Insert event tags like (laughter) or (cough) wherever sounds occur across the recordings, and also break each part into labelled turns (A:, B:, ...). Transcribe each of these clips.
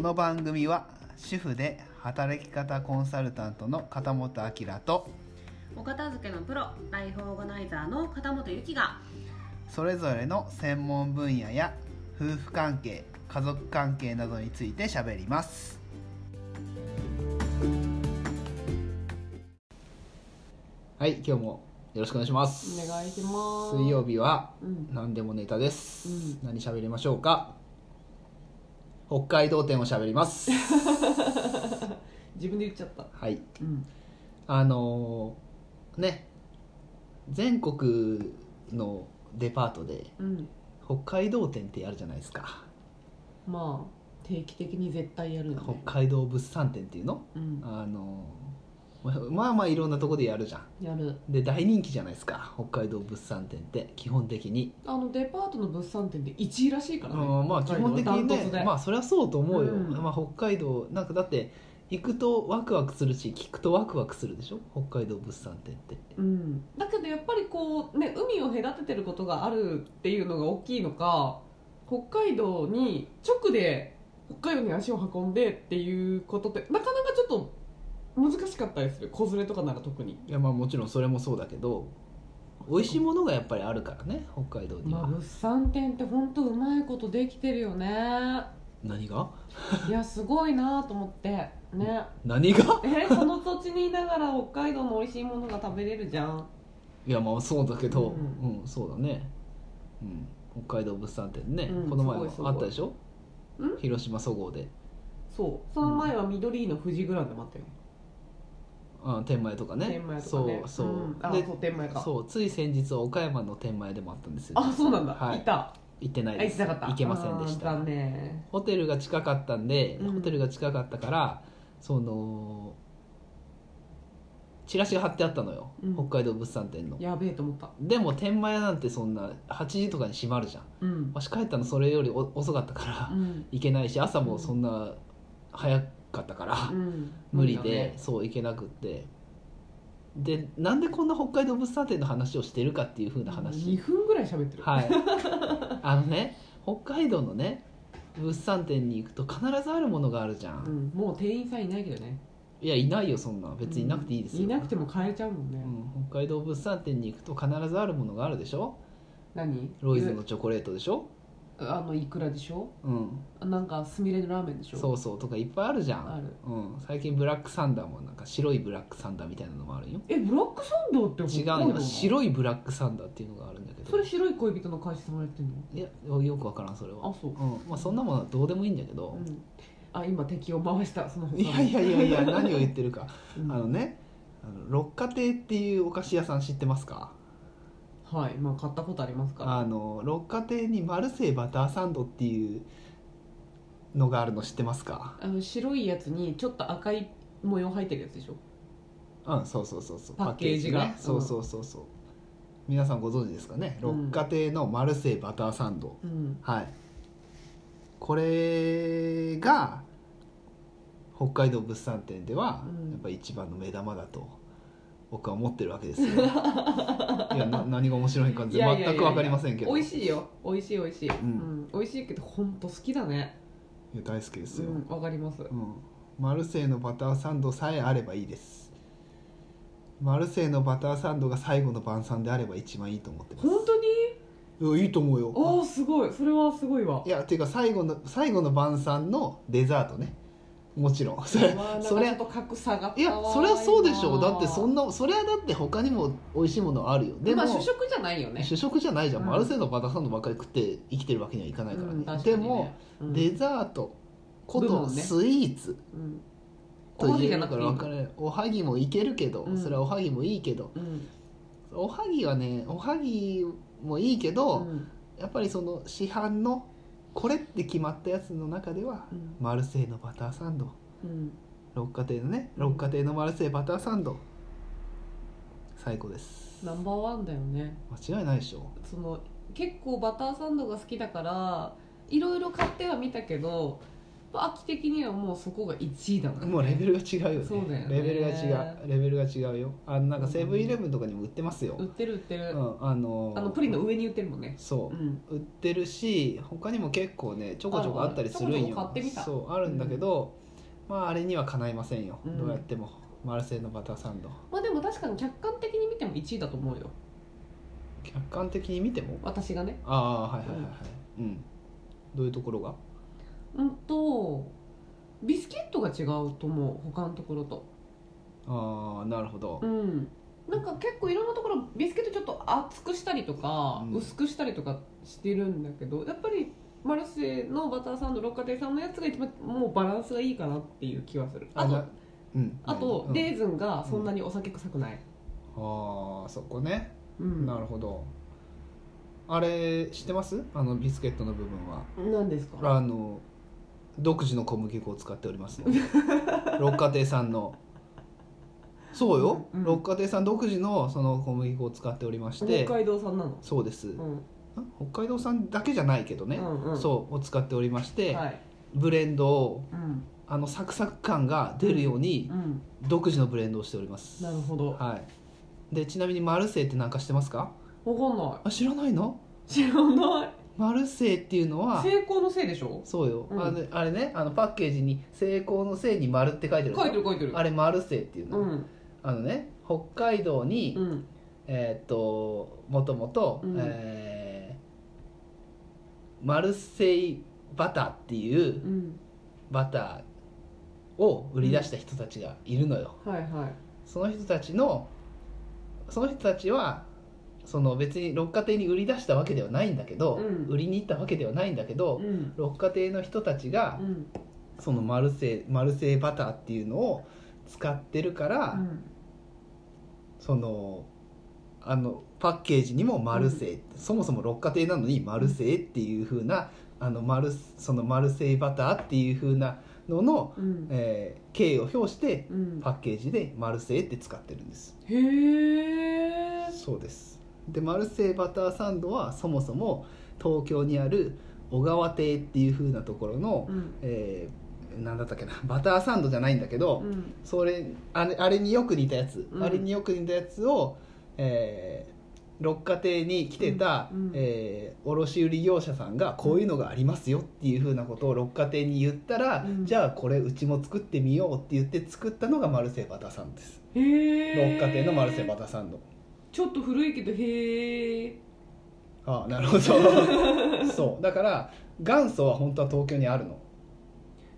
A: の番組は主婦で働き方コンサルタントの片本明と
B: お片付けのプロライフオーガナイザーの片本由紀が
A: それぞれの専門分野や夫婦関係家族関係などについてしゃべりますはい今日もよろしくお願いします
B: お願いします
A: 水曜日は
B: うん
A: 何でもネタです、
B: うん
A: 何喋りましょうか北海道展を喋ります
B: 自分で言っちゃった
A: はい
B: うん
A: あのーね全国のデパートで
B: うん
A: 北海道展ってやるじゃないですか
B: まあ定期的に絶対やるよ
A: 北
B: ね
A: 海道物産展っていうの
B: うん
A: あのままあまあいろんなとこでやるじゃん
B: やる
A: で大人気じゃないですか北海道物産展って基本的に、
B: あのデパートの物産展で1位らしいからね
A: うんまあ基本的に
B: ダントツで
A: ねまあそりゃそうと思うよ、
B: うん
A: まあ、北海道なんかだって行くとワクワクするし聞くとワクワクするでしょ北海道物産展って
B: うん、だけどやっぱりこうね海を隔ててることがあるっていうのが大きいのか北海道に直で北海道に足を運んでっていうことってなかなかちょっと難しかったりする子連れとかなら特に
A: いやまあもちろんそれもそうだけど美味しいものがやっぱりあるからね北海道に
B: まあ
A: は
B: 物産展って本当うまいことできてるよね
A: 何が
B: いやすごいなと思ってね
A: 何が
B: えその土地にいながら北海道の美味しいものが食べれるじゃん
A: いやまあそうだけどう、
B: うん
A: そうだねうん北海道物産展ね、
B: うん
A: この前も
B: すごいすごい
A: あったでしょ
B: ん
A: 広島そごうで
B: そうその前は緑井の富士グランで待ったよ
A: あ天満屋とかね
B: 天満屋とかね
A: そうそう、
B: んあ
A: で
B: そう天満屋か
A: そうつい先日は岡山の天満屋でもあったんですよ
B: あそうなんだ、
A: はい
B: い、た
A: 行ってない
B: あ
A: で
B: 行き
A: す
B: たかった
A: 行けませんでし
B: あー
A: た
B: 残念
A: ホテルが近かったんで、
B: うん
A: ホテルが近かったからそのチラシが貼ってあったのよ、
B: うん
A: 北海道物産展の
B: やべえと思った
A: でも天満屋なんてそんな8時とかに閉まるじゃん
B: うん、
A: わし帰ったのそれよりお遅かったから、
B: うん
A: 行けないし朝もそんな早かったから、
B: うん、
A: 無理
B: だ
A: で、
B: ね
A: そう行けなくってでなんでこんな北海道物産展の話をしてるかっていう風な
B: 2
A: 話、
B: 分ぐらい喋ってる、
A: はいあのね北海道のね物産展に行くと必ずあるものがあるじゃん、
B: うん、もう店員さんいないけどね
A: いやいないよそんな別にいなくていいですよ、
B: いなくても買えちゃうもんね、
A: うん、北海道物産展に行くと必ずあるものがあるでしょ
B: 何
A: ロイズのチョコレートでしょ
B: あのいくらでしょ
A: うん
B: なんかスミレのラーメンでしょ
A: そうそうとかいっぱいあるじゃん
B: ある
A: うん、最近ブラックサンダーもなんか白いブラックサンダーみたいなのもあるよ
B: えブラックサンダーって
A: 違う
B: 北海道な
A: よ
B: の
A: 白いブラックサンダーっていうのがあるんだけど
B: それ白い恋人の会社さんがやってんの
A: いやよくわからんそれは
B: あそう
A: うんまあ、そんなものはどうでもいいんだけど
B: う、んあ今敵を回したその他の
A: いやいやいやいや何を言ってるか
B: うん
A: あのねあの六花亭っていうお菓子屋さん知ってますか
B: はいまあ買ったことありますから
A: あの六花亭にマルセイバターサンドっていうのがあるの知ってますか
B: あの白いやつにちょっと赤い模様入ってるやつでしょ
A: うんそうそうそうそう
B: パッケージが
A: パッねそううんそうそうそう皆さんご存知ですかね
B: うん
A: 六花亭のマルセイバターサンド、
B: うん
A: はいこれが北海道物産展では
B: うん
A: やっぱ一番の目玉だと僕は思ってるわけ
B: (laughs)
A: ですよいやな何が面白いか
B: いやいやいやいや
A: 全く分かりませんけど
B: 美味しいよ美味しい美味しい、うんん美味しいけど本当好きだね
A: いや大好きです
B: う
A: よ、
B: んわかります
A: うんマルセイのバターサンドさえあればいいですマルセイのバターサンドが最後の晩餐であれば一番いいと思ってます
B: 本当に
A: いやいいと思うよ
B: おおすごいそれはすごいわ
A: いやっていうか最後の最後の晩餐のデザートねもちろんそれ
B: うわなんか
A: そ
B: ち
A: れ
B: ょっと格差が
A: いやそりゃそうでしょうだってそん
B: な
A: なそりゃだって他にも美味しいものあるよで
B: ま
A: も、
B: あ主食じゃないよね
A: 主食じゃないじゃん、
B: うん
A: マルセイのバターサンドばっかり食って生きてるわけにはいかないからね,、
B: うん確か
A: で
B: にね
A: も、
B: うん
A: デザートこ
B: 部
A: と
B: 門ね
A: スイーツ
B: うんお
A: と
B: はぎ
A: い
B: じ
A: う
B: ゃな
A: のか
B: くていい
A: ら分かれるおはぎもいけるけど、
B: うん
A: それはおはぎもいいけど
B: うん
A: おはぎはねおはぎもいいけど、
B: うん
A: やっぱりその市販のこれって決まったやつの中では、
B: うん
A: マルセイのバターサンド
B: うん
A: 六花亭のね六花亭のマルセイバターサンド最高です
B: ナンバーワンだよね
A: 間違いないでしょ
B: その結構バターサンドが好きだからいろいろ買っては見たけどぱ秋的にはもうそこが1位だもんね
A: もうレベルが違うよね
B: そうだよね
A: レベルが違うレベルが違うよあのなんかセブンイレブンとかにも売ってますよ、う
B: 売っ
A: ん
B: てる売ってる、
A: あの
B: あのプリンの上に売ってるもんね
A: そううん売ってるし他にも結構ねちょこちょこあったりするん
B: あるあるちょこちょこ買
A: よ
B: ってみた
A: そうあるんだけど、まああれにはかないませんよ、
B: うん
A: どうやってもマルセイのバターサンド
B: まあでも確かに客観的に見ても1位だと思うよ
A: 客観的に見ても
B: 私がね
A: ああはいはいはいはいうん、どういうところが
B: うんとビスケットが違うと思う他のところと
A: ああなるほど、
B: うんなんか結構いろんなところビスケットちょっと厚くしたりとか、
A: うん
B: 薄くしたりとかしてるんだけどやっぱりマルセイのバターサンド六花亭さんのやつが一番もうバランスがいいかなっていう気はするあと
A: なうん
B: あと
A: うん
B: レーズンがそんなにお酒臭くない、
A: ああそこね、
B: うん、
A: なるほどあれ知ってますあのビスケットの部分は
B: なんですか
A: あの独自の小麦粉を使っております
B: (laughs)
A: ので六花亭さんのそうよ、
B: うん
A: 六花亭さん独自のその小麦粉を使っておりまして
B: 北海道産なの
A: そうです、
B: うん
A: 北海道産だけじゃないけどね、
B: うんうん
A: そうを使っておりまして、
B: はい
A: ブレンドを
B: うん
A: あのサクサク感が出るように
B: うん
A: 独自のブレンドをしております
B: なるほど
A: はいでちなみにマルセイって何かしてますか
B: わかんない
A: あ知らないの
B: 知らない
A: マルセイっていうのは
B: 成功のせいでしょ
A: そうよ、
B: うん
A: あのあれねあのパッケージに「成功のせいに丸」って書いてるでしょ
B: 書いてる書いてる
A: あれマルセイっていうの、
B: うん
A: あのね北海道に、
B: うん
A: えーっともともと、
B: うん
A: えーマルセイバターっていう
B: うん
A: バターを売り出した人たちがいるのよ、
B: はいはい
A: その人たちのその人たちはその別に六花亭に売り出したわけではないんだけど、
B: うん
A: 売りに行ったわけではないんだけど、
B: うん
A: 六花亭の人たちが
B: う、ん
A: そのマルセイマルセイバターっていうのを使ってるから、
B: うん
A: そのあのパッケージにも「マルセイ」そもそも六花亭なのに「マルセイ」っていう風なあのマルそのマルセイバターっていう風なのの、
B: うん
A: えー敬意を表して
B: うん
A: パッケージで「マルセイ」って使ってるんです
B: へえ
A: そうですでマルセイバターサンドはそもそも東京にある小川亭っていう風なところの、
B: うん
A: えーなんだったっけな (laughs) バターサンドじゃないんだけど、
B: うん
A: それあれあれによく似たやつ、
B: うん
A: あれによく似たやつを、えー六花亭に来てた、
B: うんうん
A: えー卸売業者さんがこういうのがありますよっていうふうなことを六花亭に言ったら、
B: うん
A: じゃあこれうちも作ってみようって言って作ったのがマルセイバタさんです、
B: へえ
A: 六花亭のマルセイバタさんの
B: ちょっと古いけどへえ
A: ああなるほど (laughs) そうだから元祖は本当は東京にあるの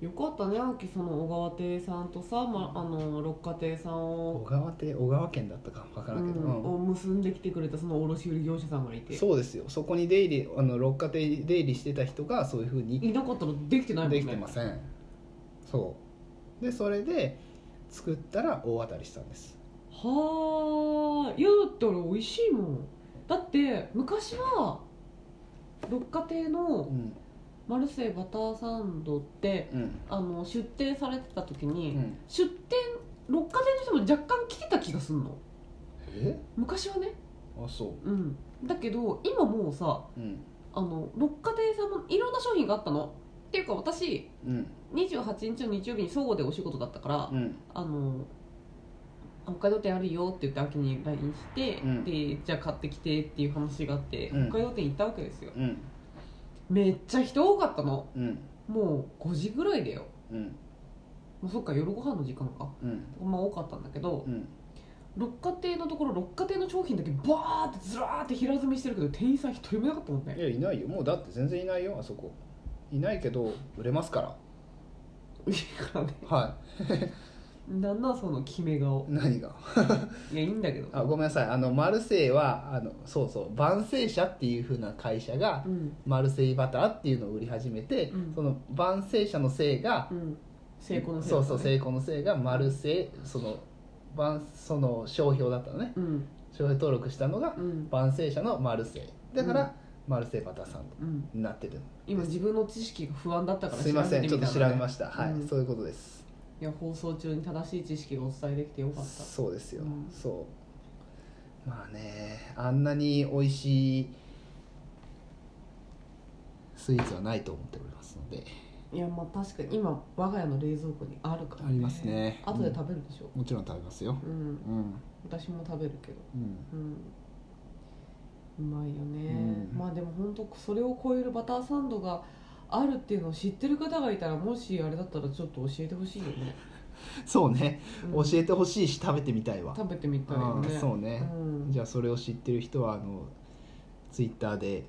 B: よかったね秋その小川亭さんとさ、ま、あの六花亭さん
A: 小
B: を、
A: 川亭小川県だったか分から
B: うん
A: けど、うん
B: ん、を結んできてくれたその卸売業者さんがいて
A: そうですよそこに出入りあの六花亭に出入りしてた人がそういうふうに
B: いなかったらできてないもんね
A: できてませんそうでそれで作ったら大当たりしたんです
B: はあいやだってあれ美味しいもんだって昔は六花亭
A: う
B: の
A: ん
B: マルセイバターサンドって
A: うん
B: あの出店されてた時
A: う
B: に、
A: ん
B: 出店六花亭の人も若干来てた気がすんの
A: え
B: 昔はね
A: あそ
B: うんだけど今もうさ
A: ううん
B: あの六花亭さんもいろんな商品があったのっていうか私
A: うん
B: 28日の日曜日に総合でお仕事だったから、
A: うん
B: あの北海道店あるよって言って秋に LINE して、
A: うん
B: でじゃあ買ってきてっていう話があって、
A: うん
B: 北海道店行ったわけですよ
A: うん
B: めっちゃ人多かったの
A: うん
B: もう5時ぐらいだよ
A: うん
B: もうそっか夜ご飯の時間か
A: うん
B: まあ多かったんだけど
A: うん
B: 六花亭のところ六花亭の商品だけバーってずらーって平積みしてるけど店員さん一人もいなかったもん
A: い
B: ね
A: やいないよもうだって全然いないよあそこいないけど売れますから
B: いいからね
A: は
B: なんなんその決め
A: い
B: 顔
A: 何が
B: いやいいんだけど
A: あごめんなさいあのマルセイはあのそうそう万世社っていう風な会社が
B: うん
A: マルセイバターっていうのを売り始めて、
B: うん
A: その万世社のせいが
B: うん成功のせい
A: そ
B: だ
A: う
B: った
A: そう
B: ね
A: 成功のせいがマルセイその万その商標だったのね
B: うん
A: 商標登録したのが
B: うん
A: 万世社のマルセイだから、
B: うん
A: マルセイバターサンド
B: うん
A: になってる
B: 今自分の知識が不安だったから
A: すいません
B: 調べ
A: ちょ
B: て
A: っ
B: み
A: と調
B: たのね
A: べました、はい、
B: うん
A: そういうことです
B: いや放送中に正しい知識がお伝えできてよかった
A: そうですよ、
B: うん
A: そうまあねあんなに美味しいスイーツはないと思っておりますので
B: いやまあ確かに今我が家の冷蔵庫にあるから、
A: ありますね
B: 後で食べるでしょ、
A: もちろん食べますよ
B: うん
A: うん
B: 私も食べるけど
A: うん
B: うんうまいよね、
A: うん
B: まあでも本当それを超えるバターサンドがあるっていうのを知ってる方がいたらもしあれだったらちょっと教えてほしいよね、
A: そうね、
B: うん
A: 教えてほしいし食べてみたいわ
B: 食べてみたいよね
A: うんそうね、
B: うん
A: じゃあそれを知ってる人はあのツイッターで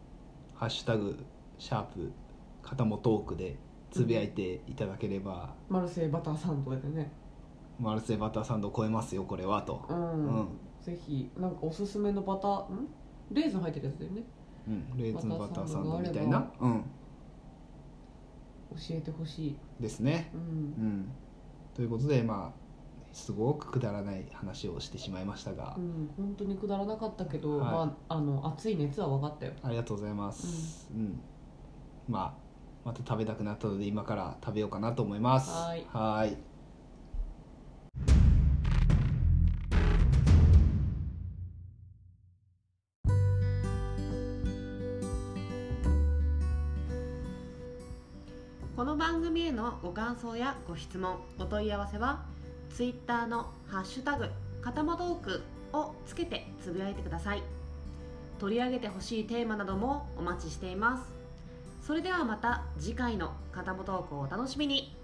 A: 「ハッシュタグシャープ肩もトーク」でつぶやいていただければ、
B: マルセイバターサンドでね
A: マルセイバターサンドを超えますよこれはと、
B: うん、
A: うん
B: ぜひなんかおすすめのバターんレーズン入ってるやつだよね
A: うん、レーズンバ
B: バ
A: タ
B: タ
A: ー
B: ー
A: サ
B: サ
A: ン
B: ン
A: ド
B: ド
A: みたいな、うん、
B: 教えてほしい、
A: ですね、
B: う
A: うんん、ということでまあすごくくだらない話をしてしまいましたが
B: う、ん、本当にくだらなかったけど、
A: はい
B: まあ、あの熱い熱は分かったよ
A: ありがとうございます、うんまあまた食べたくなったので今から食べようかなと思います
B: はーい
A: はーい
C: この番組へのご感想やご質問お問い合わせは Twitter の「ハッシュタグかたまトーク」をつけてつぶやいてください取り上げてほしいテーマなどもお待ちしていますそれではまた次回の「かたまトーク」をお楽しみに